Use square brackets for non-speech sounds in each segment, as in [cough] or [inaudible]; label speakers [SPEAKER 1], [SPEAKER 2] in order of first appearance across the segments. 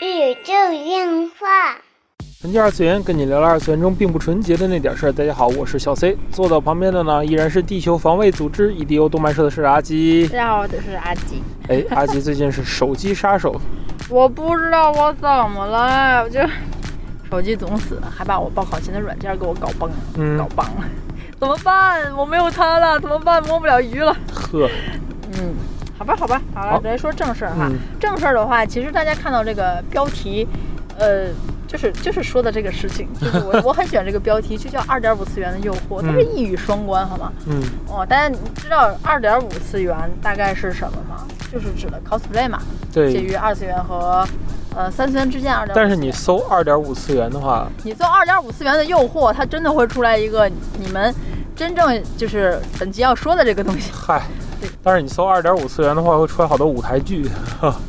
[SPEAKER 1] 宇宙电话。
[SPEAKER 2] 纯洁二次元，跟你聊聊二次元中并不纯洁的那点事儿。大家好，我是小 C，坐到旁边的呢依然是地球防卫组织 EDO 动漫社的是阿基
[SPEAKER 3] [laughs] 大。家好，我是阿吉。
[SPEAKER 2] 哎，阿基最近是手机杀手，
[SPEAKER 3] 我不知道我怎么了，我就手机总死，还把我报考前的软件给我搞崩了，
[SPEAKER 2] 嗯
[SPEAKER 3] 搞崩了，怎么办？我没有它了，怎么办？摸不了鱼了。
[SPEAKER 2] 呵，
[SPEAKER 3] 嗯，好吧，好吧，好
[SPEAKER 2] 好
[SPEAKER 3] 了，来说正事儿哈。
[SPEAKER 2] 嗯
[SPEAKER 3] 正事儿的话，其实大家看到这个标题，呃。就是就是说的这个事
[SPEAKER 2] [laughs]
[SPEAKER 3] 情，就是我我很喜欢这个标题，就叫“二点五次元的诱惑”，它是
[SPEAKER 2] 嗯
[SPEAKER 3] 一语双关，好吗？
[SPEAKER 2] 嗯
[SPEAKER 3] 哦，大家你知道二点五次元大概是什么吗？就是指的 cosplay 嘛，介
[SPEAKER 2] 对。
[SPEAKER 3] 于二次元和呃三次元之间二点。
[SPEAKER 2] 但是你搜二点五次元的话，
[SPEAKER 3] 你做二点五次元的诱惑，它真的会出来一个你们真正就是本集要说的这个东西
[SPEAKER 2] 嗨，但是你搜二点五次元的话，会出来好多舞台剧。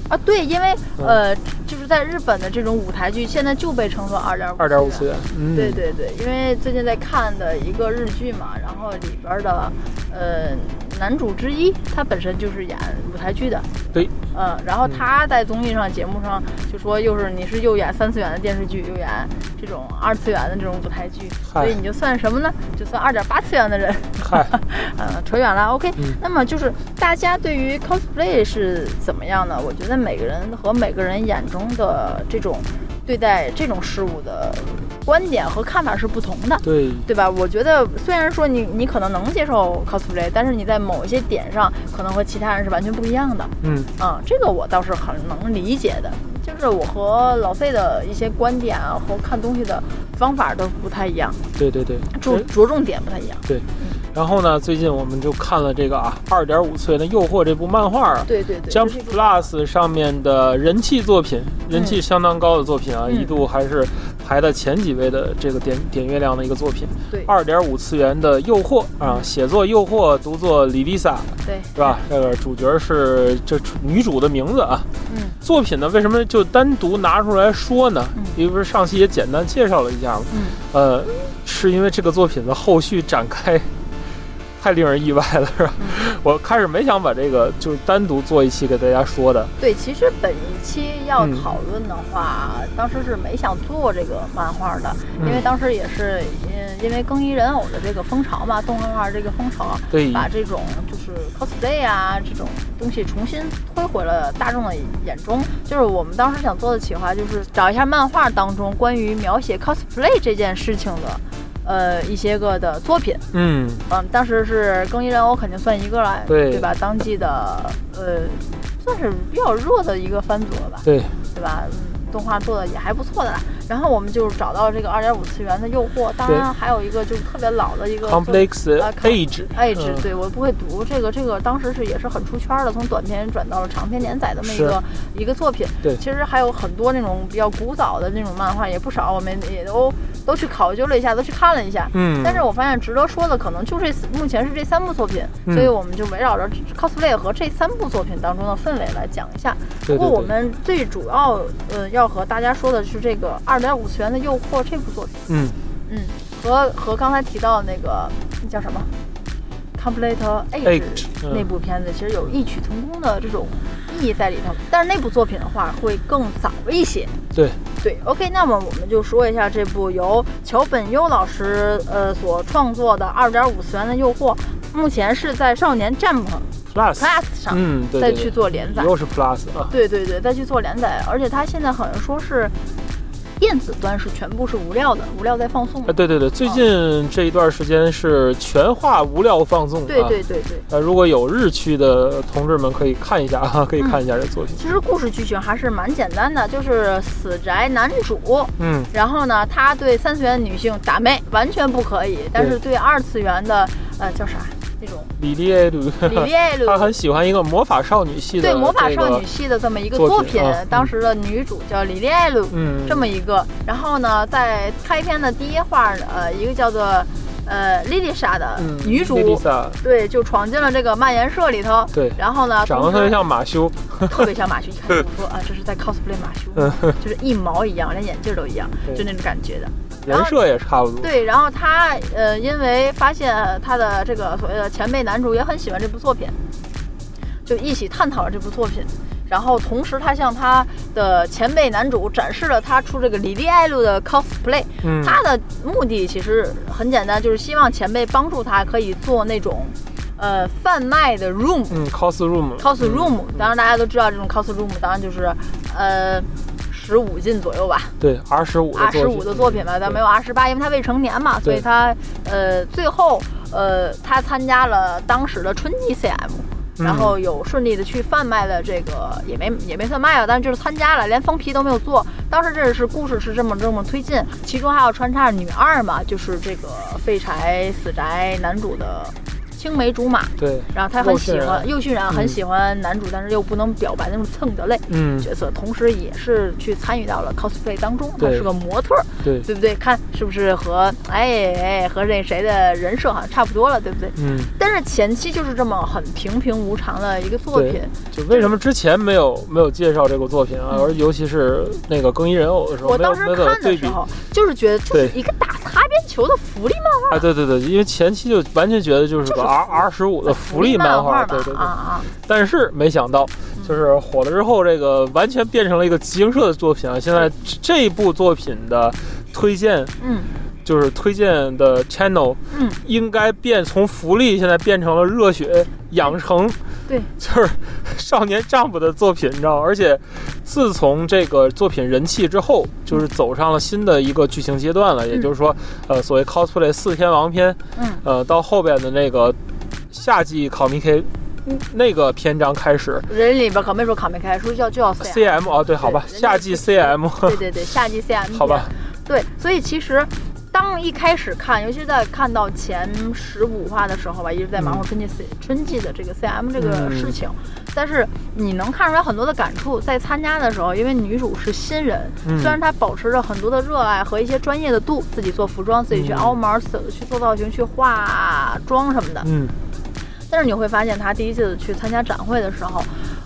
[SPEAKER 3] 啊。对，因为
[SPEAKER 2] 嗯
[SPEAKER 3] 呃，就是在日本的这种舞台剧，现在就被称作二点五
[SPEAKER 2] 二点五次。元，嗯，
[SPEAKER 3] 对，对对，因为最近在看的一个日剧嘛，然后里边儿的呃男主之一，他本身就是演舞台剧的，
[SPEAKER 2] 对，
[SPEAKER 3] 嗯，然后
[SPEAKER 2] 嗯
[SPEAKER 3] 他在综艺上、节目上就说，又是你是又演三次元的电视剧，又演这种二次元的这种舞台剧，
[SPEAKER 2] 嗨
[SPEAKER 3] 所以你就算什么呢？就算二点八次元的人， [laughs]
[SPEAKER 2] 嗨，
[SPEAKER 3] 嗯，扯远了。OK，、
[SPEAKER 2] 嗯
[SPEAKER 3] 那么就是大家对于 cosplay 是怎么样呢？我觉得每个人和每个人眼中的这种对待这种事物的观点和看法是不同的。
[SPEAKER 2] 对，
[SPEAKER 3] 对吧？我觉得虽然说你你可能能接受 cosplay，但是你在某一些点上可能和其他人是完全不一样的。
[SPEAKER 2] 嗯
[SPEAKER 3] 嗯，这个我倒是很能理解的，就是我和老费的一些观点啊和看东西的方法都不太一样，
[SPEAKER 2] 对对对，
[SPEAKER 3] 着着重点不太一样。
[SPEAKER 2] 然后呢，最近我们就看了这个啊，《二点五次元的诱惑》这部漫画啊
[SPEAKER 3] 对对对，这是
[SPEAKER 2] ，Jump
[SPEAKER 3] 一个
[SPEAKER 2] Plus 上面的人气作品，人气相当高的作品啊，
[SPEAKER 3] 嗯
[SPEAKER 2] 一度还是排在前几位的这个点点阅量的一个作品，
[SPEAKER 3] 对
[SPEAKER 2] 二点五次元的诱惑》啊，写作《诱惑》，读作 Lilisa
[SPEAKER 3] 对，
[SPEAKER 2] 是吧？这个主角是这女主的名字啊。
[SPEAKER 3] 嗯
[SPEAKER 2] 作品呢，为什么就单独拿出来说呢
[SPEAKER 3] 嗯？
[SPEAKER 2] 因为不是上期也简单介绍了一下嘛。
[SPEAKER 3] 嗯，
[SPEAKER 2] 呃，是因为这个作品的后续展开 [laughs] 太令人意外了，是吧？
[SPEAKER 3] 嗯
[SPEAKER 2] 我开始没想把这个就是单独做一期给大家说的，
[SPEAKER 3] 对，其实本一期要
[SPEAKER 2] 嗯
[SPEAKER 3] 讨论的话，当时是没想做这个漫画的，
[SPEAKER 2] 嗯
[SPEAKER 3] 因为当时也是嗯因因为更衣人偶的这个风潮嘛，动画化这个风潮，
[SPEAKER 2] 对，
[SPEAKER 3] 把这种就是 cosplay 啊这种东西重新推回了大众的眼中。就是我们当时想做的企划，就是找一下漫画当中关于描写 cosplay 这件事情的，呃一些个的作品。
[SPEAKER 2] 嗯，
[SPEAKER 3] 嗯，当时是更衣人偶肯定算一个了，
[SPEAKER 2] 对
[SPEAKER 3] 吧？当季的呃算是比较弱的一个番组了吧，
[SPEAKER 2] 对，
[SPEAKER 3] 对吧？嗯，动画做的也还不错的啦。然后我们就找到这个二点五次元的诱惑，当然还有一个就是特别老的一个作品
[SPEAKER 2] complex
[SPEAKER 3] 啊
[SPEAKER 2] age，
[SPEAKER 3] 哎，这
[SPEAKER 2] 嗯
[SPEAKER 3] 对我不会读这个，这个当时是也是很出圈的，从短篇转到了长篇连载的那么一个一个作品。
[SPEAKER 2] 对
[SPEAKER 3] 其实还有很多那种比较古早的那种漫画也不少，我们也都都去考究了一下，都去看了一下。
[SPEAKER 2] 嗯，
[SPEAKER 3] 但是我发现值得说的可能就这四目前是这三部作品，
[SPEAKER 2] 嗯
[SPEAKER 3] 所以我们就围绕着 cosplay 和这三部作品当中的氛围来讲一下。
[SPEAKER 2] 对
[SPEAKER 3] 不过
[SPEAKER 2] 对
[SPEAKER 3] 我
[SPEAKER 2] 对，
[SPEAKER 3] 们最主要呃要和大家说的是这个二点五次元的诱惑这部作品。
[SPEAKER 2] 嗯，
[SPEAKER 3] 嗯，和和刚才提到那个那叫什么《Complete Age
[SPEAKER 2] Age，》嗯
[SPEAKER 3] 那部片子，其实有异曲同工的这种意义在里头。但是那部作品的话，会更早一些。
[SPEAKER 2] 对，
[SPEAKER 3] 对，OK，那么我们就说一下这部由桥本优老师呃所创作的《二点五次元的诱惑》，目前是在少年 Jump
[SPEAKER 2] plus，
[SPEAKER 3] Plus 上、
[SPEAKER 2] 嗯，对，
[SPEAKER 3] 再
[SPEAKER 2] 对
[SPEAKER 3] 去做连载
[SPEAKER 2] 对。又是 plus 啊，
[SPEAKER 3] 对对对，再去做连载，而且它现在好像说是电子端是全部是无料的，无料在放送嘛
[SPEAKER 2] 啊，。对对对，最
[SPEAKER 3] 哦
[SPEAKER 2] 近这一段时间是全画无料放送，
[SPEAKER 3] 对
[SPEAKER 2] 啊。
[SPEAKER 3] 对对对。
[SPEAKER 2] 呃，如果有日区的同志们可以看一下 [laughs] 啊，可以
[SPEAKER 3] 嗯
[SPEAKER 2] 看一下这作品。
[SPEAKER 3] 其实故事剧情还是蛮简单的，就是死宅男主，
[SPEAKER 2] 嗯，
[SPEAKER 3] 然后呢，他对三次元女性打妹完全不可以，但是对二次元的呃叫啥那
[SPEAKER 2] [laughs]
[SPEAKER 3] 种
[SPEAKER 2] 李丽艾鲁，
[SPEAKER 3] 李丽艾鲁
[SPEAKER 2] 他很喜欢一个魔法少女系的、
[SPEAKER 3] 对
[SPEAKER 2] 这个、
[SPEAKER 3] 魔法少女系的这么一个
[SPEAKER 2] 作
[SPEAKER 3] 作
[SPEAKER 2] 品
[SPEAKER 3] 品，
[SPEAKER 2] 啊嗯
[SPEAKER 3] 当时的女主叫李丽艾鲁，
[SPEAKER 2] 嗯，
[SPEAKER 3] 这么一个。然后呢，在开篇的第一话，呃，一个叫做呃莉莉莎的
[SPEAKER 2] 嗯
[SPEAKER 3] 女主。啊
[SPEAKER 2] Lisa，
[SPEAKER 3] 对，就闯进了这个蔓延社里头，
[SPEAKER 2] 对，
[SPEAKER 3] 然后呢，
[SPEAKER 2] 长得
[SPEAKER 3] 同时
[SPEAKER 2] 特别像马修，
[SPEAKER 3] 特别像马修，一看就说啊，这是在 cosplay 马修
[SPEAKER 2] 嗯
[SPEAKER 3] 吗，就是一毛一样，连眼镜都一样
[SPEAKER 2] 对，
[SPEAKER 3] 就那种感觉的。
[SPEAKER 2] 人设也差不多。
[SPEAKER 3] 对，然后他呃，因为发现呃他的这个所谓的前辈男主也很喜欢这部作品，就一起探讨了这部作品。然后同时他向他的前辈男主展示了他出这个李丽艾露的 cosplay，
[SPEAKER 2] 嗯，
[SPEAKER 3] 他的目的其实很简单，就是希望前辈帮助他可以做那种，呃，贩卖的 room。
[SPEAKER 2] 嗯，cos room
[SPEAKER 3] cos room，当然大家都知道这种 cos room，当然就是，呃，十五斤左右吧
[SPEAKER 2] 嗯对 R 十五
[SPEAKER 3] ，R 十五的作品嗯吧，但没有 R 十八，因为他未成年嘛，所以
[SPEAKER 2] 对
[SPEAKER 3] 他呃最后呃他参加了当时的春季 CM，然后有顺利的去贩卖了这个，也没也没算卖啊，但是就是参加了，连封皮都没有做。当时这是故事是这么这么推进，其中还有穿插女二嘛，就是这个废柴死宅男主的青梅竹马，
[SPEAKER 2] 嗯对，
[SPEAKER 3] 然后他很喜
[SPEAKER 2] 又渲
[SPEAKER 3] 欢
[SPEAKER 2] 染
[SPEAKER 3] 右渲啊染，很
[SPEAKER 2] 嗯
[SPEAKER 3] 喜欢男主，但是又不能表白那种蹭的类。
[SPEAKER 2] 嗯
[SPEAKER 3] 角色，同时也是去参与到了 cosplay 当中，他
[SPEAKER 2] 对
[SPEAKER 3] 是个模特儿，
[SPEAKER 2] 对，
[SPEAKER 3] 对不对？看是不是和哎哎和那谁的人设好像差不多了，对不对？
[SPEAKER 2] 嗯，
[SPEAKER 3] 但是前期就是这么很平平无常的一个作
[SPEAKER 2] 对
[SPEAKER 3] 品，
[SPEAKER 2] 就为什么之前没有没有介绍这个作品啊？
[SPEAKER 3] 嗯
[SPEAKER 2] 而尤其是那个更衣人偶的时候，
[SPEAKER 3] 我
[SPEAKER 2] 没有
[SPEAKER 3] 当时
[SPEAKER 2] 没有
[SPEAKER 3] 看的
[SPEAKER 2] 对
[SPEAKER 3] 时
[SPEAKER 2] 比
[SPEAKER 3] 候，就是觉得这是
[SPEAKER 2] 对
[SPEAKER 3] 一个打擦边球的福利漫
[SPEAKER 2] 啊，对对对，因为前期就完全觉得就是
[SPEAKER 3] 就是
[SPEAKER 2] 个 R R 十五的福利
[SPEAKER 3] 漫
[SPEAKER 2] 漫画，
[SPEAKER 3] 嘛
[SPEAKER 2] 对对对
[SPEAKER 3] 啊。嗯啊！
[SPEAKER 2] 但是没想到，就是火了之后，这个完全变成了一个集英社的作品啊。现在这这部作品的推荐，
[SPEAKER 3] 嗯
[SPEAKER 2] 就是推荐的 channel，
[SPEAKER 3] 嗯，
[SPEAKER 2] 应该变从福利现在变成了热血养成， [laughs]
[SPEAKER 3] 对，
[SPEAKER 2] 就是少年丈夫的作品，你知道吗？而且自从这个作品人气之后，就是走上了新的一个剧情阶段了，也就是说，呃，所谓 cosplay 四天王篇，
[SPEAKER 3] 嗯，
[SPEAKER 2] 呃，到后边的那个夏季考米 K 嗯那个篇章开始
[SPEAKER 3] 人里边可没说卡没开，说叫就要 C，
[SPEAKER 2] ，CM 啊，对，好吧，
[SPEAKER 3] 人家
[SPEAKER 2] 夏季 CM，
[SPEAKER 3] [laughs] 对对对，夏季
[SPEAKER 2] [laughs]
[SPEAKER 3] CM，
[SPEAKER 2] 好吧，
[SPEAKER 3] 对，所以其实当一开始看，尤其在看到前十五话的时候吧，一直在忙活春季 C、春季的这个 CM 这个
[SPEAKER 2] 嗯
[SPEAKER 3] 事情，但是你能看出来很多的感触。在参加的时候，因为女主是新人，
[SPEAKER 2] 嗯
[SPEAKER 3] 虽然她保持着很多的热爱和一些专业的度，自己做服装，自己去
[SPEAKER 2] 嗯
[SPEAKER 3] 凹毛，自己去做造型，去化妆什么的，
[SPEAKER 2] [laughs] 嗯，
[SPEAKER 3] 但是你会发现她第一次去参加展会的时候，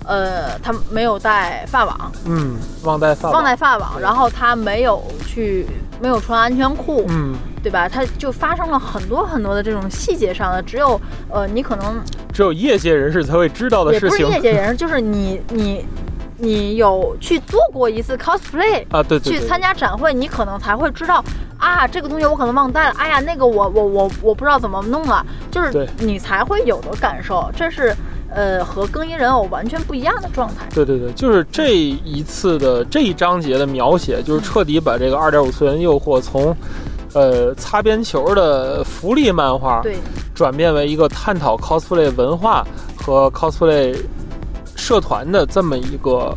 [SPEAKER 3] 呃，她没有带发网，
[SPEAKER 2] 嗯，忘带发，
[SPEAKER 3] 忘带，发网，
[SPEAKER 2] 对
[SPEAKER 3] 然后她没有去。没有穿安全裤，
[SPEAKER 2] 嗯，
[SPEAKER 3] 对吧？它就发生了很多很多的这种细节上的，只有呃，你可能
[SPEAKER 2] 只有业界人士才会知道的
[SPEAKER 3] 也
[SPEAKER 2] 事
[SPEAKER 3] 不是
[SPEAKER 2] 情
[SPEAKER 3] 业
[SPEAKER 2] [laughs]
[SPEAKER 3] 界人士，就是你你你有去做过一次 cosplay，
[SPEAKER 2] 啊，对对对，
[SPEAKER 3] 去参加展会，你可能才会知道啊，这个东西我可能忘带了，哎呀，那个我我我我不知道怎么弄了，就是
[SPEAKER 2] 对
[SPEAKER 3] 你才会有的感受，这是呃和更衣人偶完全不一样的状态。
[SPEAKER 2] 对对对，就是这一次的这一章节的描写，就是彻底把这个二点五次元诱惑从，呃，擦边球的福利漫画，
[SPEAKER 3] 对，
[SPEAKER 2] 转变为一个探讨 cosplay 文化和 cosplay 社团的这么一个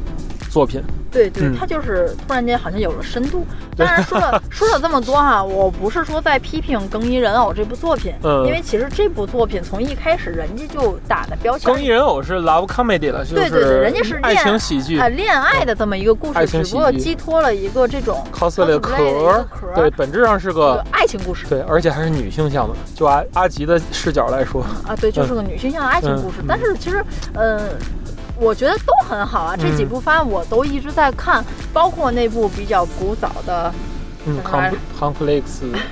[SPEAKER 2] 作品。
[SPEAKER 3] 对对，
[SPEAKER 2] 嗯
[SPEAKER 3] 他就是突然间好像有了深
[SPEAKER 2] [laughs]
[SPEAKER 3] 度。
[SPEAKER 2] 对
[SPEAKER 3] 当然说了说了这么多哈，我不是说在批评《更衣人偶》这部作品，
[SPEAKER 2] 嗯
[SPEAKER 3] 因为其实这部作品从一开始人家就打的标签儿
[SPEAKER 2] 更衣人偶是 love comedy 了，就
[SPEAKER 3] 对对对人家是
[SPEAKER 2] 爱
[SPEAKER 3] 恋
[SPEAKER 2] 情喜剧
[SPEAKER 3] 啊、。恋爱的这么一个故
[SPEAKER 2] 爱
[SPEAKER 3] 事，
[SPEAKER 2] 情
[SPEAKER 3] 只
[SPEAKER 2] 喜
[SPEAKER 3] 不过
[SPEAKER 2] 剧
[SPEAKER 3] 寄托了一个这种
[SPEAKER 2] cosplay 的壳
[SPEAKER 3] 壳儿
[SPEAKER 2] 儿，对，本质上是
[SPEAKER 3] 对
[SPEAKER 2] 个
[SPEAKER 3] 爱情故事
[SPEAKER 2] 对，而且还是女性向的。就阿阿吉的视角来说，
[SPEAKER 3] 啊，对，就是个女性向的爱情故事。
[SPEAKER 2] 嗯嗯
[SPEAKER 3] 但是其实，呃，我觉得都很好啊。这几
[SPEAKER 2] 嗯
[SPEAKER 3] 部番我都一直在看，包括那部比较古早的，
[SPEAKER 2] 嗯
[SPEAKER 3] 当 [laughs] 然
[SPEAKER 2] ，complex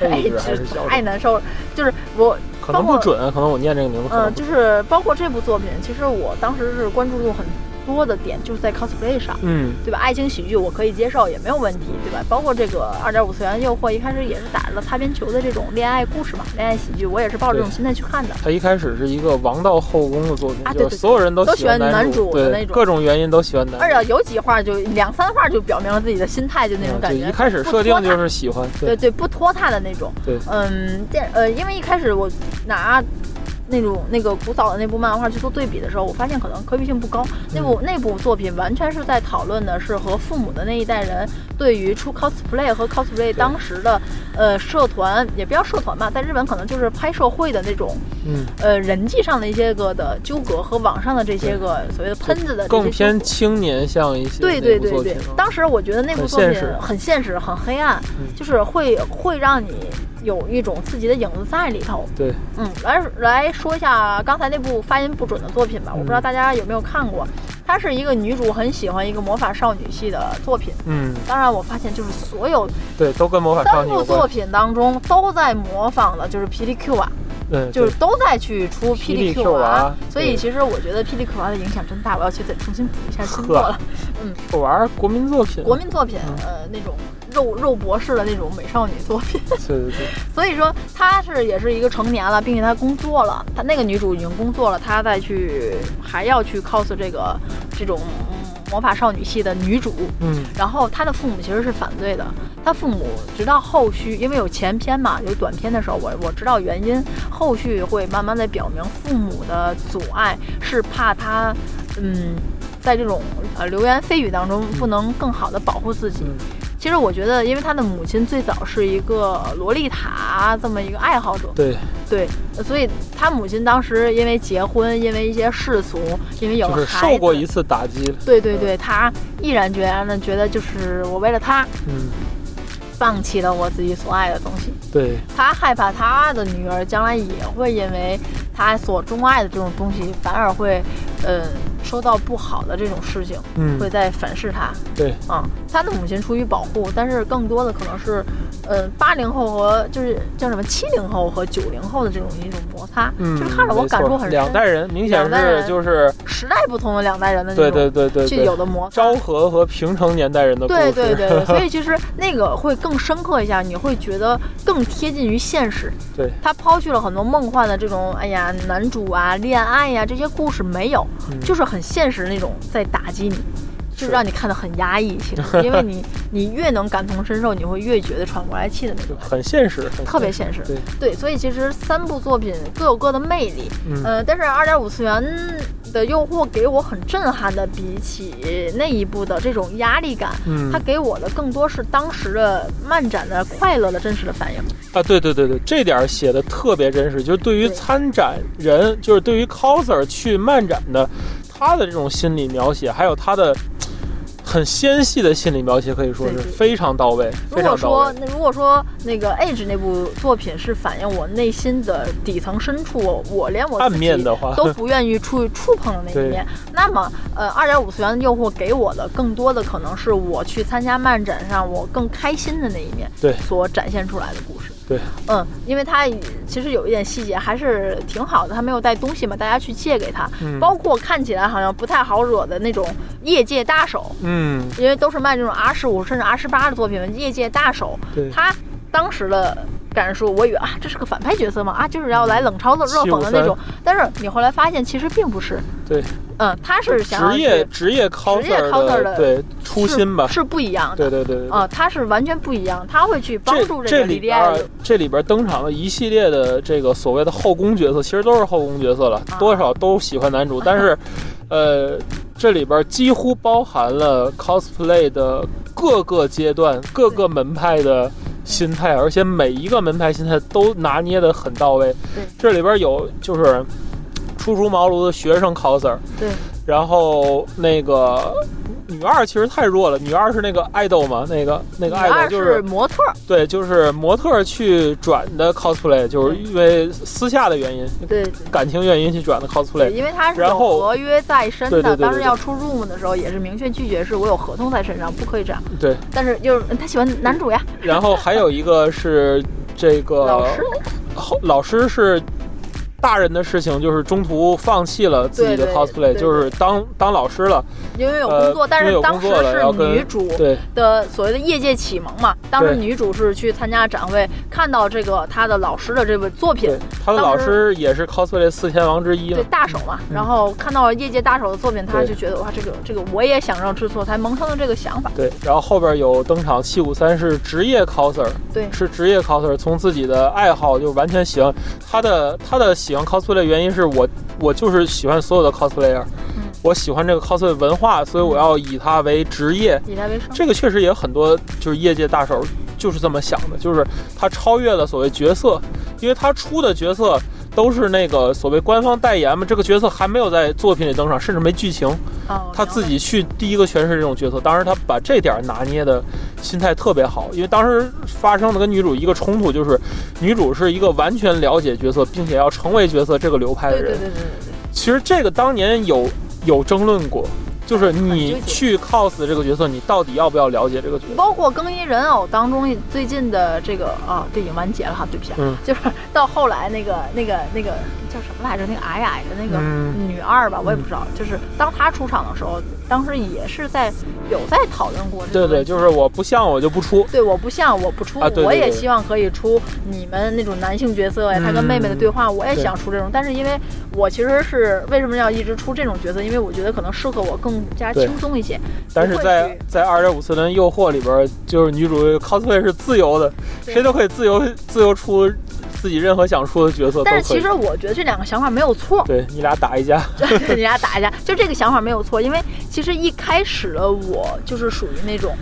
[SPEAKER 3] 哎，
[SPEAKER 2] age 还
[SPEAKER 3] 这
[SPEAKER 2] 是小
[SPEAKER 3] 太难受了。就是我
[SPEAKER 2] 可能不准，可能我念这个名字可能
[SPEAKER 3] 嗯，
[SPEAKER 2] 不
[SPEAKER 3] 就
[SPEAKER 2] 准。
[SPEAKER 3] 是包括这部作品，其实我当时是关注度很多的点，就是在 cosplay 上，
[SPEAKER 2] 嗯，
[SPEAKER 3] 对吧？爱情喜剧我可以接受，也没有问题，对吧？包括这个二点五次元诱惑，一开始也是打着擦边球的这种恋爱故事嘛，恋爱喜剧，我也是抱着这种心态去看的。
[SPEAKER 2] 他一开始是一个王道后宫的作品，
[SPEAKER 3] 啊对
[SPEAKER 2] 就
[SPEAKER 3] 对
[SPEAKER 2] 是所有人都喜欢
[SPEAKER 3] 都喜欢男主
[SPEAKER 2] 主，
[SPEAKER 3] 的
[SPEAKER 2] 对
[SPEAKER 3] 那种
[SPEAKER 2] 各种原因都喜欢男
[SPEAKER 3] 而
[SPEAKER 2] 主。
[SPEAKER 3] 且有几话就两三话就表明了自己的心态，就那种
[SPEAKER 2] 嗯
[SPEAKER 3] 感
[SPEAKER 2] 就
[SPEAKER 3] 觉。
[SPEAKER 2] 一开始设定就是喜欢，对
[SPEAKER 3] 对对，不拖沓的那种。
[SPEAKER 2] 对
[SPEAKER 3] 嗯，电呃，因为一开始我拿那种那个古早的那部漫画去做对比的时候，我发现可能可比性不高。那部、那部作品完全是在讨论的是和父母的那一代人对于出 cosplay 和 cosplay 当时的呃社团，也不叫社团吧，在日本可能就是拍社会的那种
[SPEAKER 2] 嗯，
[SPEAKER 3] 呃人际上的一些个的纠葛和网上的这些个所谓的喷子的这些
[SPEAKER 2] 更
[SPEAKER 3] 纠
[SPEAKER 2] 偏
[SPEAKER 3] 葛
[SPEAKER 2] 青年向一些那
[SPEAKER 3] 对对
[SPEAKER 2] 部
[SPEAKER 3] 对
[SPEAKER 2] 作
[SPEAKER 3] 对
[SPEAKER 2] 品啊，
[SPEAKER 3] 当时我觉得那部
[SPEAKER 2] 很
[SPEAKER 3] 作品
[SPEAKER 2] 现实
[SPEAKER 3] 很现实、很黑暗，
[SPEAKER 2] 嗯
[SPEAKER 3] 就是会会让你有一种自己的影子在里头。
[SPEAKER 2] 对
[SPEAKER 3] 嗯，来来说一下刚才那部发音不准的作品吧，我不知道
[SPEAKER 2] 嗯
[SPEAKER 3] 大家有没有看过，它是一个女主很喜欢一个魔法少女系的作品。
[SPEAKER 2] 嗯，
[SPEAKER 3] 当然，我发现就是所有
[SPEAKER 2] 啊对，都跟魔法少
[SPEAKER 3] 三
[SPEAKER 2] 女
[SPEAKER 3] 部
[SPEAKER 2] 有
[SPEAKER 3] 作
[SPEAKER 2] 关。
[SPEAKER 3] 品当中都在模仿的就是霹雳 Q 啊，
[SPEAKER 2] 嗯，
[SPEAKER 3] 就
[SPEAKER 2] 对
[SPEAKER 3] 是都在去出霹雳
[SPEAKER 2] Q
[SPEAKER 3] 娃
[SPEAKER 2] 娃，
[SPEAKER 3] 所以其实我觉得霹雳 Q 娃的影响真大，我要去再重新补一下新作
[SPEAKER 2] 呵
[SPEAKER 3] 了。
[SPEAKER 2] 我玩儿国民作品，
[SPEAKER 3] 国民作品
[SPEAKER 2] 嗯，
[SPEAKER 3] 呃，那种肉肉搏式的那种美少女作品， [laughs]
[SPEAKER 2] 对对对，
[SPEAKER 3] 所以说她是也是一个成年了，并且她工作了，她那个女主已经工作了，她再去还要去 cos 这个这种、嗯魔法少女系的女主，
[SPEAKER 2] 嗯
[SPEAKER 3] 然后他的父母其实是反对的，他父母直到后续，因为有前篇嘛，有短篇的时候，我我知道原因，后续会慢慢的表明父母的阻碍是怕他，嗯，在这种呃流言蜚语当中不能更好的保护自己。
[SPEAKER 2] 嗯
[SPEAKER 3] 其实我觉得，因为他的母亲最早是一个洛丽塔这么一个爱好者，
[SPEAKER 2] 对，
[SPEAKER 3] 对，所以他母亲当时因为结婚，因为一些世俗，因为有
[SPEAKER 2] 就
[SPEAKER 3] 了
[SPEAKER 2] 是
[SPEAKER 3] 孩子，
[SPEAKER 2] 受过一次打击，
[SPEAKER 3] 对对对，他毅然决然的觉得，就是我为了他
[SPEAKER 2] 嗯，
[SPEAKER 3] 放弃了我自己所爱的东西。
[SPEAKER 2] 对，
[SPEAKER 3] 他害怕他的女儿将来也会因为他所钟爱的这种东西，反而会，呃，受到不好的这种事情，
[SPEAKER 2] 嗯
[SPEAKER 3] 会在反噬他。
[SPEAKER 2] 对，
[SPEAKER 3] 啊、他的母亲出于保护，但是更多的可能是，呃，八零后和就是叫什么七零后和九零后的这种一种摩擦，
[SPEAKER 2] 嗯，
[SPEAKER 3] 就是看着我
[SPEAKER 2] 没
[SPEAKER 3] 感
[SPEAKER 2] 错
[SPEAKER 3] 触很深。
[SPEAKER 2] 两代人明显
[SPEAKER 3] 两代
[SPEAKER 2] 是
[SPEAKER 3] 人
[SPEAKER 2] 就是
[SPEAKER 3] 时代不同的两代人的那
[SPEAKER 2] 对
[SPEAKER 3] 种，
[SPEAKER 2] 对对对
[SPEAKER 3] 就有
[SPEAKER 2] 对，
[SPEAKER 3] 的摩擦。
[SPEAKER 2] 昭和和平成年代人的故
[SPEAKER 3] 对
[SPEAKER 2] 事，
[SPEAKER 3] 对对，
[SPEAKER 2] [laughs]
[SPEAKER 3] 对所以其实那个会更深刻一下，你会觉得更贴近于现实。
[SPEAKER 2] 对
[SPEAKER 3] 他抛去了很多梦幻的这种，哎呀，男主啊、恋爱呀、这些故事没有，
[SPEAKER 2] 嗯
[SPEAKER 3] 就是很现实那种在打击你，就是让你看得很压抑。
[SPEAKER 2] [laughs]
[SPEAKER 3] 其实，因为你你越能感同身受，你会越觉得喘不过来气的那种
[SPEAKER 2] 就。很现实，很
[SPEAKER 3] 特别现实，
[SPEAKER 2] 对
[SPEAKER 3] 对，所以其实三部作品各有各的魅力，
[SPEAKER 2] 嗯
[SPEAKER 3] 呃，但是二点五次元的诱惑给我很震撼的，比起那一部的这种压力感，
[SPEAKER 2] 嗯
[SPEAKER 3] 它给我的更多是当时的漫展的快乐的真实的反应。
[SPEAKER 2] 啊，对对对对，这点儿写的特别真实，就是对于
[SPEAKER 3] 对
[SPEAKER 2] 参展人，就是对于 coser 去漫展的，他的这种心理描写，还有他的很纤细的心理描写，可以说是
[SPEAKER 3] 对对
[SPEAKER 2] 非常到位，
[SPEAKER 3] 如
[SPEAKER 2] 非
[SPEAKER 3] 果
[SPEAKER 2] 常到
[SPEAKER 3] 说
[SPEAKER 2] 位。
[SPEAKER 3] 那如果说那个 Age 那部作品是反映我内心的底层深处，我我连我
[SPEAKER 2] 暗
[SPEAKER 3] 自己
[SPEAKER 2] 面的话，
[SPEAKER 3] 都不愿意触触碰的那一
[SPEAKER 2] 对
[SPEAKER 3] 面。那么，呃，二点五次元的诱惑给我的更多的可能是我去参加漫展上我更开心的那一面，
[SPEAKER 2] 对
[SPEAKER 3] 所展现出来的故事。
[SPEAKER 2] 对，
[SPEAKER 3] 嗯，因为它其实有一点细节还是挺好的，他没有带东西嘛，大家去借给他，
[SPEAKER 2] 嗯
[SPEAKER 3] 包括看起来好像不太好惹的那种业界大手，
[SPEAKER 2] 嗯，
[SPEAKER 3] 因为都是卖这种 R 十五甚至 R 十八的作品嘛，业界大手，
[SPEAKER 2] 对，
[SPEAKER 3] 他当时的感受，我以为啊，这是个反派角色嘛，啊，就是要来冷嘲热热讽的那种。但是你后来发现，其实并不是，
[SPEAKER 2] 对，
[SPEAKER 3] 嗯，他是想要
[SPEAKER 2] 职业
[SPEAKER 3] 去
[SPEAKER 2] 职业 coser
[SPEAKER 3] coser
[SPEAKER 2] 的
[SPEAKER 3] 的
[SPEAKER 2] 对初
[SPEAKER 3] 是
[SPEAKER 2] 心吧，
[SPEAKER 3] 是不一样的。
[SPEAKER 2] 对对对对。
[SPEAKER 3] 啊、他是完全不一样，他会去帮助
[SPEAKER 2] 这
[SPEAKER 3] 个
[SPEAKER 2] 里
[SPEAKER 3] 莉莉
[SPEAKER 2] 边
[SPEAKER 3] 艾
[SPEAKER 2] 儿
[SPEAKER 3] 的，
[SPEAKER 2] 这里边儿登场的一系列的这个所谓的后宫角色，其实都是后宫角色了，
[SPEAKER 3] 啊
[SPEAKER 2] 多少都喜欢男主，但
[SPEAKER 3] [laughs]
[SPEAKER 2] 是，呃，这里边儿几乎包含了 cosplay 的各个阶段、各个门派的心态，而且每一个门派心态都拿捏得很到位
[SPEAKER 3] 对。
[SPEAKER 2] 这里边儿有就是初出茅庐的学生 coser，
[SPEAKER 3] 对，
[SPEAKER 2] 然后那个。女二其实太弱了，女二是那个爱豆嘛，那个那个
[SPEAKER 3] 女
[SPEAKER 2] 爱
[SPEAKER 3] 二
[SPEAKER 2] 豆就是
[SPEAKER 3] 是模特儿，
[SPEAKER 2] 对，就是模特儿去转的 cosplay，就是因为私下的原因、
[SPEAKER 3] 对
[SPEAKER 2] 感情原因去转的
[SPEAKER 3] 对，
[SPEAKER 2] cosplay。
[SPEAKER 3] 因为他是
[SPEAKER 2] 然
[SPEAKER 3] 有
[SPEAKER 2] 后
[SPEAKER 3] 合约在身
[SPEAKER 2] 对对对
[SPEAKER 3] 的，
[SPEAKER 2] 对
[SPEAKER 3] 当时
[SPEAKER 2] 对
[SPEAKER 3] 要出 room 的时候也是明确拒绝，是我有合同在身上，不可以这样。
[SPEAKER 2] 对，
[SPEAKER 3] 但是就是嗯他喜欢男主呀，
[SPEAKER 2] 然后还有一个是这个
[SPEAKER 3] 老师
[SPEAKER 2] 后老师是大人的事情，就是中途放弃了自己的
[SPEAKER 3] 对对
[SPEAKER 2] cosplay，
[SPEAKER 3] 对对
[SPEAKER 2] 就是当当老师了。
[SPEAKER 3] 因为有
[SPEAKER 2] 呃
[SPEAKER 3] 工作，但
[SPEAKER 2] 因为
[SPEAKER 3] 是
[SPEAKER 2] 有
[SPEAKER 3] 当
[SPEAKER 2] 工
[SPEAKER 3] 时
[SPEAKER 2] 作了然后
[SPEAKER 3] 是
[SPEAKER 2] 跟
[SPEAKER 3] 女主
[SPEAKER 2] 对
[SPEAKER 3] 的所谓的业界启蒙嘛。当时
[SPEAKER 2] 对
[SPEAKER 3] 女主是去参加展会，看到这个她的老师的这个作品
[SPEAKER 2] 对，，他的
[SPEAKER 3] 当
[SPEAKER 2] 老
[SPEAKER 3] 时
[SPEAKER 2] 师也是 cosplay 四天王之一
[SPEAKER 3] 对
[SPEAKER 2] 嘛。
[SPEAKER 3] 大手嘛，
[SPEAKER 2] 嗯
[SPEAKER 3] 然后看到了业界大手的作品，她
[SPEAKER 2] 对
[SPEAKER 3] 就觉得哇，这个这个我也想让制作，才萌生了这个想法。
[SPEAKER 2] 对，然后后边有登场七五三是职业 coser，
[SPEAKER 3] 对
[SPEAKER 2] 是职业 coser，从自己的爱好就完全喜欢他的他的喜欢 cosplay 的原因是我我就是喜欢所有的 cosplayer，、
[SPEAKER 3] 嗯
[SPEAKER 2] 我喜欢这个 cosplay 文化，所以我要以它为职业。
[SPEAKER 3] 以他为生，
[SPEAKER 2] 这个确实也有很多就是业界大手就是这么想的，就是他超越了所谓角色，因为他出的角色都是那个所谓官方代言嘛，这个角色还没有在作品里登场，甚至没剧情。
[SPEAKER 3] 哦
[SPEAKER 2] 他自己去第一个诠释这种角色，当然他把这点儿拿捏的心态特别好，因为当时发生的跟女主一个冲突，就是女主是一个完全了解角色，并且要成为角色这个流派
[SPEAKER 3] 明
[SPEAKER 2] 的
[SPEAKER 3] 白
[SPEAKER 2] 人。
[SPEAKER 3] 对对对对对对
[SPEAKER 2] 其实这个当年有有争论过，就是你
[SPEAKER 3] 很纠结
[SPEAKER 2] 去 cos 这个角色，你到底要不要了解这个角色？
[SPEAKER 3] 包括更衣人偶当中最近的这个啊，对，已经完结了哈，对不起啊，
[SPEAKER 2] 嗯
[SPEAKER 3] 就是到后来那个那个那个叫什么来着？那个矮矮的那个
[SPEAKER 2] 嗯
[SPEAKER 3] 女二吧，我也不知道。就是当她出场的时候，当时也是在有在讨论过这
[SPEAKER 2] 对
[SPEAKER 3] 个
[SPEAKER 2] 对，
[SPEAKER 3] 问题。
[SPEAKER 2] 就是我不像我就不出。
[SPEAKER 3] 对，我不像，我不出，
[SPEAKER 2] 啊对对
[SPEAKER 3] 我也
[SPEAKER 2] 对
[SPEAKER 3] 希望可以出你们那种男性角色呀，他跟
[SPEAKER 2] 嗯
[SPEAKER 3] 妹妹的对话，我也
[SPEAKER 2] 对
[SPEAKER 3] 想出这种。但是因为我其实是为什么要一直出这种角色，因为我觉得可能适合我更加
[SPEAKER 2] 对
[SPEAKER 3] 轻松一些。
[SPEAKER 2] 但是
[SPEAKER 3] 不会
[SPEAKER 2] 在
[SPEAKER 3] 去
[SPEAKER 2] 在二点五次元诱惑里边，就是女主 cosplay 是自由的，
[SPEAKER 3] 对
[SPEAKER 2] 谁都可以自由自由出自己任何想出的角色都
[SPEAKER 3] 但是
[SPEAKER 2] 可
[SPEAKER 3] 其
[SPEAKER 2] 以
[SPEAKER 3] 实。我觉得这两个想法没有错，
[SPEAKER 2] 对你俩打一架，
[SPEAKER 3] [laughs] 人家打一架，就这个想法没有错，因为其实一开始的我就是属于那种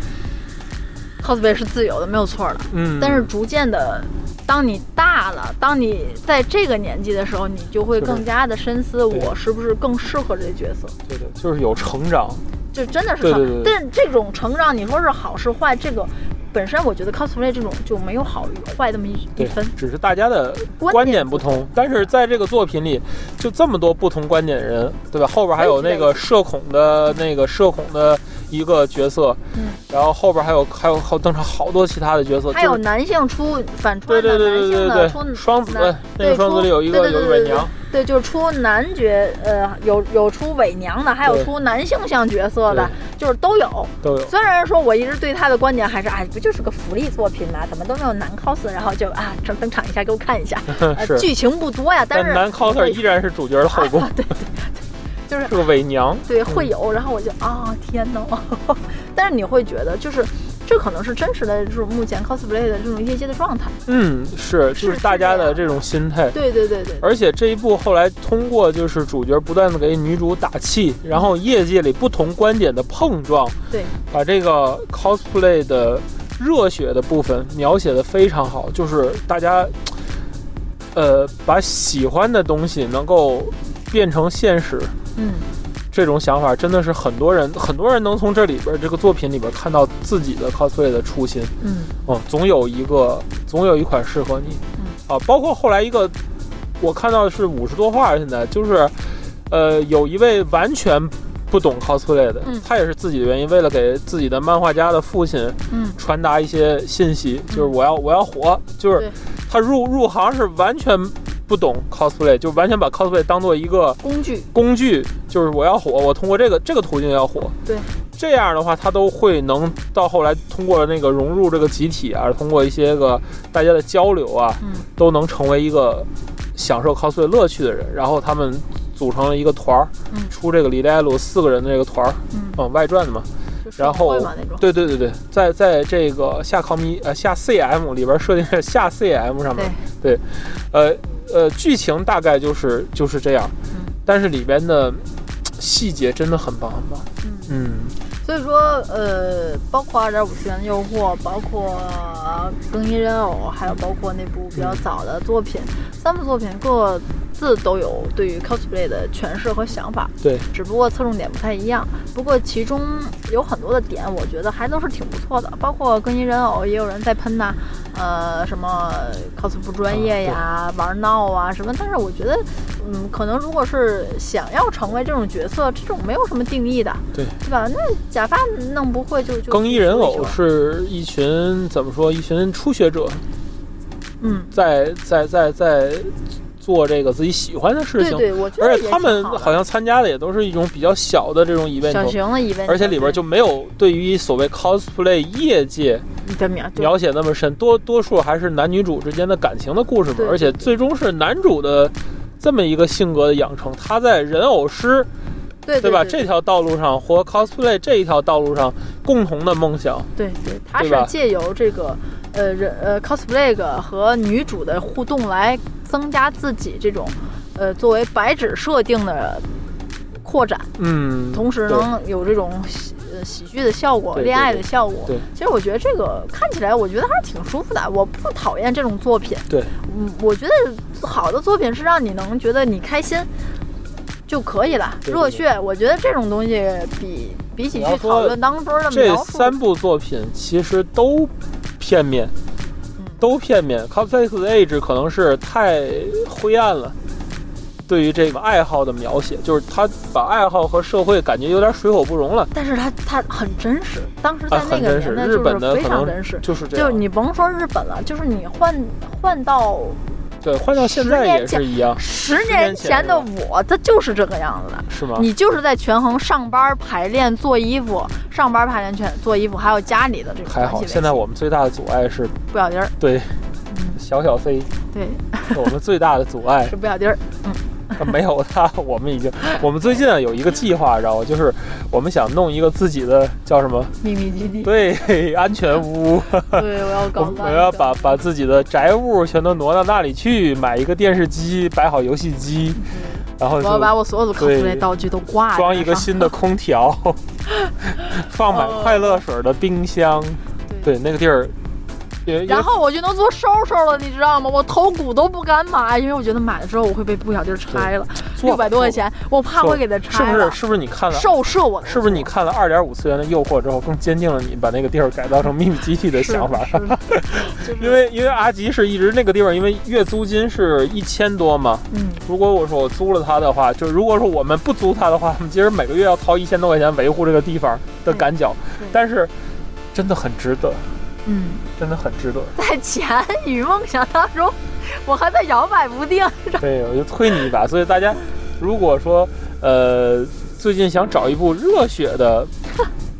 [SPEAKER 3] cosplay 是自由的，没有错的。
[SPEAKER 2] 嗯，
[SPEAKER 3] 但是逐渐的，当你大了，当你在这个年纪的时候，你就会
[SPEAKER 2] 是的
[SPEAKER 3] 更加的深思，
[SPEAKER 2] 对
[SPEAKER 3] 我是不是更适合这个角色？
[SPEAKER 2] 对对，就是有成长，
[SPEAKER 3] 就真的是
[SPEAKER 2] 对
[SPEAKER 3] 成，
[SPEAKER 2] 对对对
[SPEAKER 3] 但这种成长，你说是好是坏，这个本身我觉得 cosplay 这种就没有好与坏这么一一
[SPEAKER 2] 对
[SPEAKER 3] 分，
[SPEAKER 2] 只是大家的
[SPEAKER 3] 观
[SPEAKER 2] 观点不同。但是在这个作品里，就这么多不同观点的人，对吧？后边还有那个社恐的那个社恐的一个角色，
[SPEAKER 3] 嗯
[SPEAKER 2] 然后后边还有还有还有登场好多其他的角色，
[SPEAKER 3] 还有男性出反
[SPEAKER 2] 就是对
[SPEAKER 3] 穿的，
[SPEAKER 2] 对
[SPEAKER 3] 男
[SPEAKER 2] 对
[SPEAKER 3] 性
[SPEAKER 2] 对
[SPEAKER 3] 的
[SPEAKER 2] 对
[SPEAKER 3] 出
[SPEAKER 2] 对，双子哎
[SPEAKER 3] 男
[SPEAKER 2] 那个
[SPEAKER 3] 对
[SPEAKER 2] 双子
[SPEAKER 3] 出
[SPEAKER 2] 里有一个
[SPEAKER 3] 对
[SPEAKER 2] 有
[SPEAKER 3] 对
[SPEAKER 2] 一
[SPEAKER 3] 对
[SPEAKER 2] 伪
[SPEAKER 3] 对对
[SPEAKER 2] 娘，
[SPEAKER 3] 对，就是出男角，呃，有有出伪娘的，还有
[SPEAKER 2] 对
[SPEAKER 3] 出男性向角色的，就是都有。
[SPEAKER 2] 都有。
[SPEAKER 3] 虽然说我一直对他的观点还是，哎，不就是个福利作品啊嘛，怎么都没有男 cos，然后就啊，这登场一下给我看一下，
[SPEAKER 2] [laughs]
[SPEAKER 3] 呃
[SPEAKER 2] 是
[SPEAKER 3] 剧情不多呀，但是
[SPEAKER 2] 男 coser 依然是主角的后
[SPEAKER 3] [laughs]
[SPEAKER 2] 宫，
[SPEAKER 3] 就是
[SPEAKER 2] 是个伪娘。
[SPEAKER 3] 对会有，然后我就啊，天呐， [laughs] 但是你会觉得就是。这可能是真实的这种目前 cosplay 的这种业界的状态。
[SPEAKER 2] 嗯，是，就是是大家
[SPEAKER 3] 这
[SPEAKER 2] 的
[SPEAKER 3] 样
[SPEAKER 2] 这种心态。
[SPEAKER 3] 对对对对，
[SPEAKER 2] 而且这一部后来通过就是主角不断的给女主打气，然后业界里不同观点的碰撞，
[SPEAKER 3] 对，
[SPEAKER 2] 把这个 cosplay 的热血的部分描写的非常好，就是大家，呃，把喜欢的东西能够变成现实，
[SPEAKER 3] 嗯，
[SPEAKER 2] 这种想法真的是很多人很多人能从这里边这个作品里边看到自己的 cosplay 的初心。
[SPEAKER 3] 嗯，
[SPEAKER 2] 嗯，总有一个，总有一款适合你。啊，包括后来一个，我看到的是五十多话，现在就是，呃，有一位完全不懂 cosplay 的，
[SPEAKER 3] 嗯
[SPEAKER 2] 他也是自己的原因，为了给自己的漫画家的父亲，
[SPEAKER 3] 嗯
[SPEAKER 2] 传达一些信息，就是
[SPEAKER 3] 嗯
[SPEAKER 2] 我要我要火，就是
[SPEAKER 3] 对
[SPEAKER 2] 他入入行是完全不懂 cosplay，就完全把 cosplay 当做一个
[SPEAKER 3] 工具，
[SPEAKER 2] 工具，就是我要火，我通过这个这个途径要火。
[SPEAKER 3] 对，
[SPEAKER 2] 这样的话，他都会能到后来通过那个融入这个集体啊，通过一些个大家的交流啊，
[SPEAKER 3] 嗯，
[SPEAKER 2] 都能成为一个享受 cosplay 乐趣的人。然后他们组成了一个团儿，
[SPEAKER 3] 嗯
[SPEAKER 2] 出这个李代鲁四个人的这个团儿，
[SPEAKER 3] 嗯
[SPEAKER 2] 嗯，外传的嘛。
[SPEAKER 3] 就社
[SPEAKER 2] 然后
[SPEAKER 3] 会嘛那种，
[SPEAKER 2] 对对对对，在在这个下 com 呃下 CM 里边设定是下 CM 上面，对，呃呃，剧情大概就是就是这样，
[SPEAKER 3] 嗯
[SPEAKER 2] 但是里边的嘖细节真的很棒很棒，
[SPEAKER 3] 嗯。
[SPEAKER 2] 嗯，
[SPEAKER 3] 所以说，呃，包括二点五次元的诱惑，包括呃更衣人偶，还有包括那部比较早的作品，三部作品各自都有对于 cosplay 的诠释和想法，
[SPEAKER 2] 对，
[SPEAKER 3] 只不过侧重点不太一样。不过其中有很多的点，我觉得还都是挺不错的，包括更衣人偶，也有人在喷呐、呃，什么 cos 不专业呀、玩闹啊什么。但是我觉得，嗯，可能如果是想要成为这种角色，这种没有什么定义的，
[SPEAKER 2] 对
[SPEAKER 3] 对吧？那假发弄不会就就
[SPEAKER 2] 更衣人偶
[SPEAKER 3] 就
[SPEAKER 2] 是一群怎么说，一群初学者
[SPEAKER 3] 嗯，
[SPEAKER 2] 在在在在做这个自己喜欢的事
[SPEAKER 3] 对
[SPEAKER 2] 情，
[SPEAKER 3] 对，我觉得
[SPEAKER 2] 而
[SPEAKER 3] 也
[SPEAKER 2] 且
[SPEAKER 3] 挺
[SPEAKER 2] 他们
[SPEAKER 3] 好的
[SPEAKER 2] 好像参加的也都是一种比较小的这种
[SPEAKER 3] 小
[SPEAKER 2] event。
[SPEAKER 3] 型的 event，
[SPEAKER 2] 而且里边就没有对于所谓 cosplay 业界
[SPEAKER 3] 你的名就
[SPEAKER 2] 描写那么深，多多数还是男女主之间的感情的故事嘛
[SPEAKER 3] 对，对
[SPEAKER 2] 而且最终是男主的这么一个性格的养成，他在人偶师
[SPEAKER 3] 对
[SPEAKER 2] 对
[SPEAKER 3] 对
[SPEAKER 2] 吧这条道路上和 cosplay 这一条道路上共同的梦想，
[SPEAKER 3] 对对，他
[SPEAKER 2] 对
[SPEAKER 3] 是
[SPEAKER 2] 吧
[SPEAKER 3] 借由这个呃人呃 cosplay 和女主的互动来增加自己这种呃作为白纸设定的扩展，
[SPEAKER 2] 嗯，
[SPEAKER 3] 同时
[SPEAKER 2] 对
[SPEAKER 3] 能有这种喜呃喜剧的效果、
[SPEAKER 2] 对对
[SPEAKER 3] 恋爱的效果。
[SPEAKER 2] 对
[SPEAKER 3] 其实我觉得这个看起来我觉得还是挺舒服的，我不讨厌这种作品。
[SPEAKER 2] 对，
[SPEAKER 3] 嗯，我觉得好的作品是让你能觉得你开心就可以了，
[SPEAKER 2] 对对
[SPEAKER 3] 热血。我觉得这种东西比比起
[SPEAKER 2] 你
[SPEAKER 3] 去
[SPEAKER 2] 要
[SPEAKER 3] 讨
[SPEAKER 2] 说
[SPEAKER 3] 论当中的
[SPEAKER 2] 这
[SPEAKER 3] 描述，
[SPEAKER 2] 三部作品其实都片面
[SPEAKER 3] 嗯，
[SPEAKER 2] 都片面。Cosplay the Age 可能是太灰暗了，对于这个爱好的描写，就是他把爱好和社会感觉有点水火不容了。
[SPEAKER 3] 但是它它很真实，当时
[SPEAKER 2] 啊，
[SPEAKER 3] 在那
[SPEAKER 2] 很
[SPEAKER 3] 个
[SPEAKER 2] 真实，
[SPEAKER 3] 年代
[SPEAKER 2] 日
[SPEAKER 3] 就
[SPEAKER 2] 本
[SPEAKER 3] 是
[SPEAKER 2] 的
[SPEAKER 3] 非
[SPEAKER 2] 可能
[SPEAKER 3] 常真实。
[SPEAKER 2] 就是这
[SPEAKER 3] 就
[SPEAKER 2] 样。
[SPEAKER 3] 你甭说日本了，就是你换换到
[SPEAKER 2] 对，换到现在也是一样，
[SPEAKER 3] 十
[SPEAKER 2] 年
[SPEAKER 3] 年
[SPEAKER 2] 前啊
[SPEAKER 3] 前
[SPEAKER 2] 的
[SPEAKER 3] 的我，这就是这个样子的。
[SPEAKER 2] 是吗？
[SPEAKER 3] 你就是在权衡上班、排练、做衣服，上班、排练、全做衣服，还有家里的这个
[SPEAKER 2] 还好，现在我们最大的阻碍是
[SPEAKER 3] 不小心儿，
[SPEAKER 2] 对
[SPEAKER 3] 嗯，
[SPEAKER 2] 小小 C，
[SPEAKER 3] 对，
[SPEAKER 2] 是我们最大的阻碍
[SPEAKER 3] 是不小心儿。
[SPEAKER 2] 没有他，我们已经，我们最近啊有一个计划，知道吗？就是我们想弄一个自己的叫什么？
[SPEAKER 3] 秘密基地，
[SPEAKER 2] 对，安全屋，
[SPEAKER 3] 对，我要搞
[SPEAKER 2] 我
[SPEAKER 3] 乱一个。
[SPEAKER 2] 我要把把自己的宅屋全都挪到那里去，买一个电视机，摆好游戏机，然后
[SPEAKER 3] 我
[SPEAKER 2] 就
[SPEAKER 3] 要嗯把我所有的 cosplay 道具都挂在
[SPEAKER 2] 装一个
[SPEAKER 3] 上哦
[SPEAKER 2] 新的空
[SPEAKER 3] [laughs]
[SPEAKER 2] 调，放满快乐水的冰箱，
[SPEAKER 3] 对。
[SPEAKER 2] 对，那个地儿也也
[SPEAKER 3] 然后我就能做收收了，你知道吗？我头骨都不敢买，因为我觉得买了之后我会被不小心儿拆了，
[SPEAKER 2] 做
[SPEAKER 3] 六
[SPEAKER 2] 吧
[SPEAKER 3] 百多块，钱，我怕
[SPEAKER 2] 做
[SPEAKER 3] 会给它
[SPEAKER 2] 做吧
[SPEAKER 3] 拆
[SPEAKER 2] 是不
[SPEAKER 3] 了
[SPEAKER 2] 是？。是不是你看了？
[SPEAKER 3] 受摄我的，
[SPEAKER 2] 是不是你看了二点五次元的诱惑之后，更坚定了你把那个地儿改造成秘密基地的
[SPEAKER 3] 是
[SPEAKER 2] 想法？
[SPEAKER 3] [laughs] 是就是
[SPEAKER 2] 因为因为阿吉是一直那个地方，因为月租金是一千多嘛，
[SPEAKER 3] 嗯，
[SPEAKER 2] 如果我说我租了它的话，就如果说我们不租它的话，我们其实每个月要掏一千多块钱维护这个地方的赶脚
[SPEAKER 3] 对对，
[SPEAKER 2] 但是真的很值得，
[SPEAKER 3] 嗯，
[SPEAKER 2] 真的很值得。
[SPEAKER 3] 在钱与梦想当中，我还在摇摆不定。
[SPEAKER 2] 对，我就推你一把。所以大家如果说呃最近想找一部热血的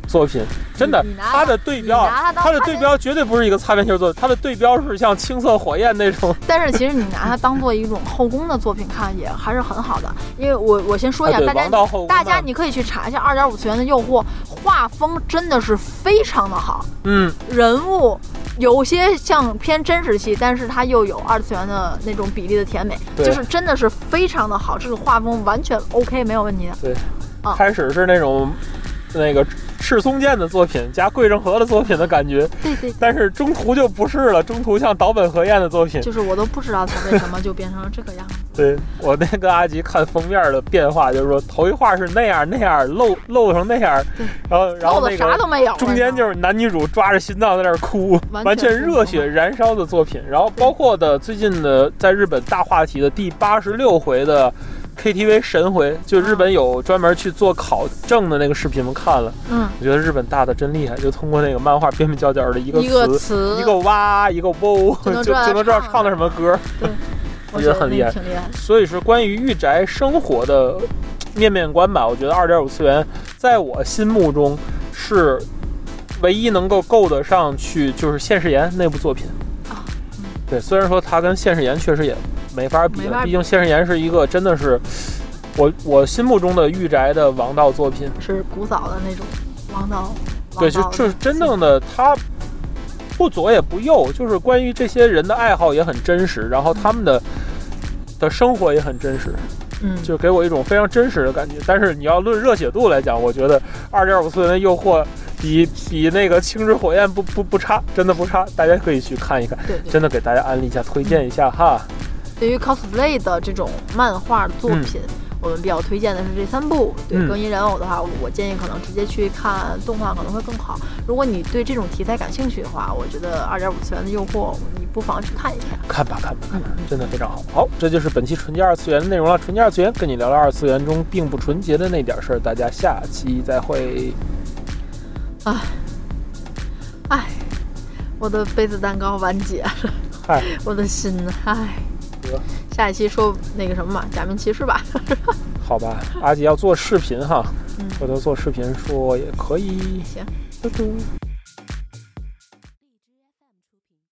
[SPEAKER 2] 作品，真的
[SPEAKER 3] 你拿，
[SPEAKER 2] 它的对标
[SPEAKER 3] 你拿它，当
[SPEAKER 2] 它的
[SPEAKER 3] 擦
[SPEAKER 2] 对
[SPEAKER 3] 边
[SPEAKER 2] 标绝对不是一个擦边球作品，它的对标是像青色火焰那种。
[SPEAKER 3] [laughs] 但是其实你拿它当做一种后宫的作品看，也还是很好的。因为我我先说一
[SPEAKER 2] 啊
[SPEAKER 3] 下，
[SPEAKER 2] 对
[SPEAKER 3] 大
[SPEAKER 2] 王道
[SPEAKER 3] 家
[SPEAKER 2] 后宫
[SPEAKER 3] 大家
[SPEAKER 2] 漫
[SPEAKER 3] 你可以去查一下《二点五次元的诱惑》，画风真的是非常的好，
[SPEAKER 2] 嗯，
[SPEAKER 3] 人物有些像偏真实系，但是它又有二次元的那种比例的甜美，
[SPEAKER 2] 对
[SPEAKER 3] 就是真的是非常的好，这个画风完全 OK 没有问题的。啊
[SPEAKER 2] 开始是那种那个赤松健的作品加桂正和的作品的感觉，
[SPEAKER 3] 对对，
[SPEAKER 2] 但是中途就不是了，中途像岛本和彦的 [laughs] 作品。
[SPEAKER 3] 就是我都不知道它为什么就变成了这个样子。
[SPEAKER 2] 对我那个阿吉看封面的变化，就是说头一画是那样那样露露成那样，然后然
[SPEAKER 3] 漏
[SPEAKER 2] 后
[SPEAKER 3] 的
[SPEAKER 2] 那
[SPEAKER 3] 啥
[SPEAKER 2] 个
[SPEAKER 3] 都没有了，
[SPEAKER 2] 中间就是男女主抓着心脏在那儿哭，
[SPEAKER 3] 完全
[SPEAKER 2] 完全热血燃烧的作品。然后包括的最近的在日本大话题的第八十六回的 KTV 神回，就日本有专门去做考证的那个视频，我们看了。
[SPEAKER 3] 嗯，
[SPEAKER 2] 我觉得日本大的真厉害，就通过那个漫画边边角角的一个
[SPEAKER 3] 一个
[SPEAKER 2] 词，
[SPEAKER 3] 词
[SPEAKER 2] 一个哇，一个喔，就
[SPEAKER 3] 就
[SPEAKER 2] 就
[SPEAKER 3] 能知道他
[SPEAKER 2] 能知道
[SPEAKER 3] 唱
[SPEAKER 2] 唱的什么歌。我
[SPEAKER 3] 我
[SPEAKER 2] 觉得很厉害
[SPEAKER 3] 那个挺厉害的。
[SPEAKER 2] 所以说，关于御宅生活的面面观吧，我觉得二点五次元在我心目中是唯一能够够得上去，就是《现世言》那部作品
[SPEAKER 3] 啊。
[SPEAKER 2] 对，虽然说它跟《现世言》确实也没法比
[SPEAKER 3] 没
[SPEAKER 2] 了，
[SPEAKER 3] 法比
[SPEAKER 2] 毕竟《现世言》是一个真的是我我心目中的御宅的王道作品。
[SPEAKER 3] 是古早的那种王道。
[SPEAKER 2] 对，
[SPEAKER 3] 王
[SPEAKER 2] 就
[SPEAKER 3] 道的
[SPEAKER 2] 就是真正的他不左也不右，就是关于这些人的爱好也很真实，然后他们的的生活也很真实，
[SPEAKER 3] 嗯，
[SPEAKER 2] 就给我一种非常真实的感觉。但是你要论热血度来讲，我觉得二点五次元的诱惑比比那个青之火焰不不不差，真的不差，大家可以去看一看。
[SPEAKER 3] 对对。
[SPEAKER 2] 真的给大家安利一下，推荐一下哈。
[SPEAKER 3] 对于 cosplay 的这种漫画作品，我们比较推荐的是这三部。对
[SPEAKER 2] 嗯
[SPEAKER 3] 《更衣人偶》的话，我建议可能直接去看动画可能会更好。如果你对这种题材感兴趣的话，我觉得《二点五次元的诱惑》你不妨去看一下。
[SPEAKER 2] 看吧，看吧，看吧，真的非常好。好，这就是本期纯洁二次元的内容了。纯洁二次元跟你聊聊二次元中并不纯洁的那点事儿，大家下期再会。
[SPEAKER 3] 唉，我的杯子蛋糕完结了，
[SPEAKER 2] 嗨，
[SPEAKER 3] 我的心唉
[SPEAKER 2] 得。
[SPEAKER 3] 下一期说那个什么吧，假面骑士吧。 [laughs]
[SPEAKER 2] 好吧，阿吉要做视频哈
[SPEAKER 3] 嗯，
[SPEAKER 2] 回头做视频说也可以。
[SPEAKER 3] 行。
[SPEAKER 2] 嘟嘟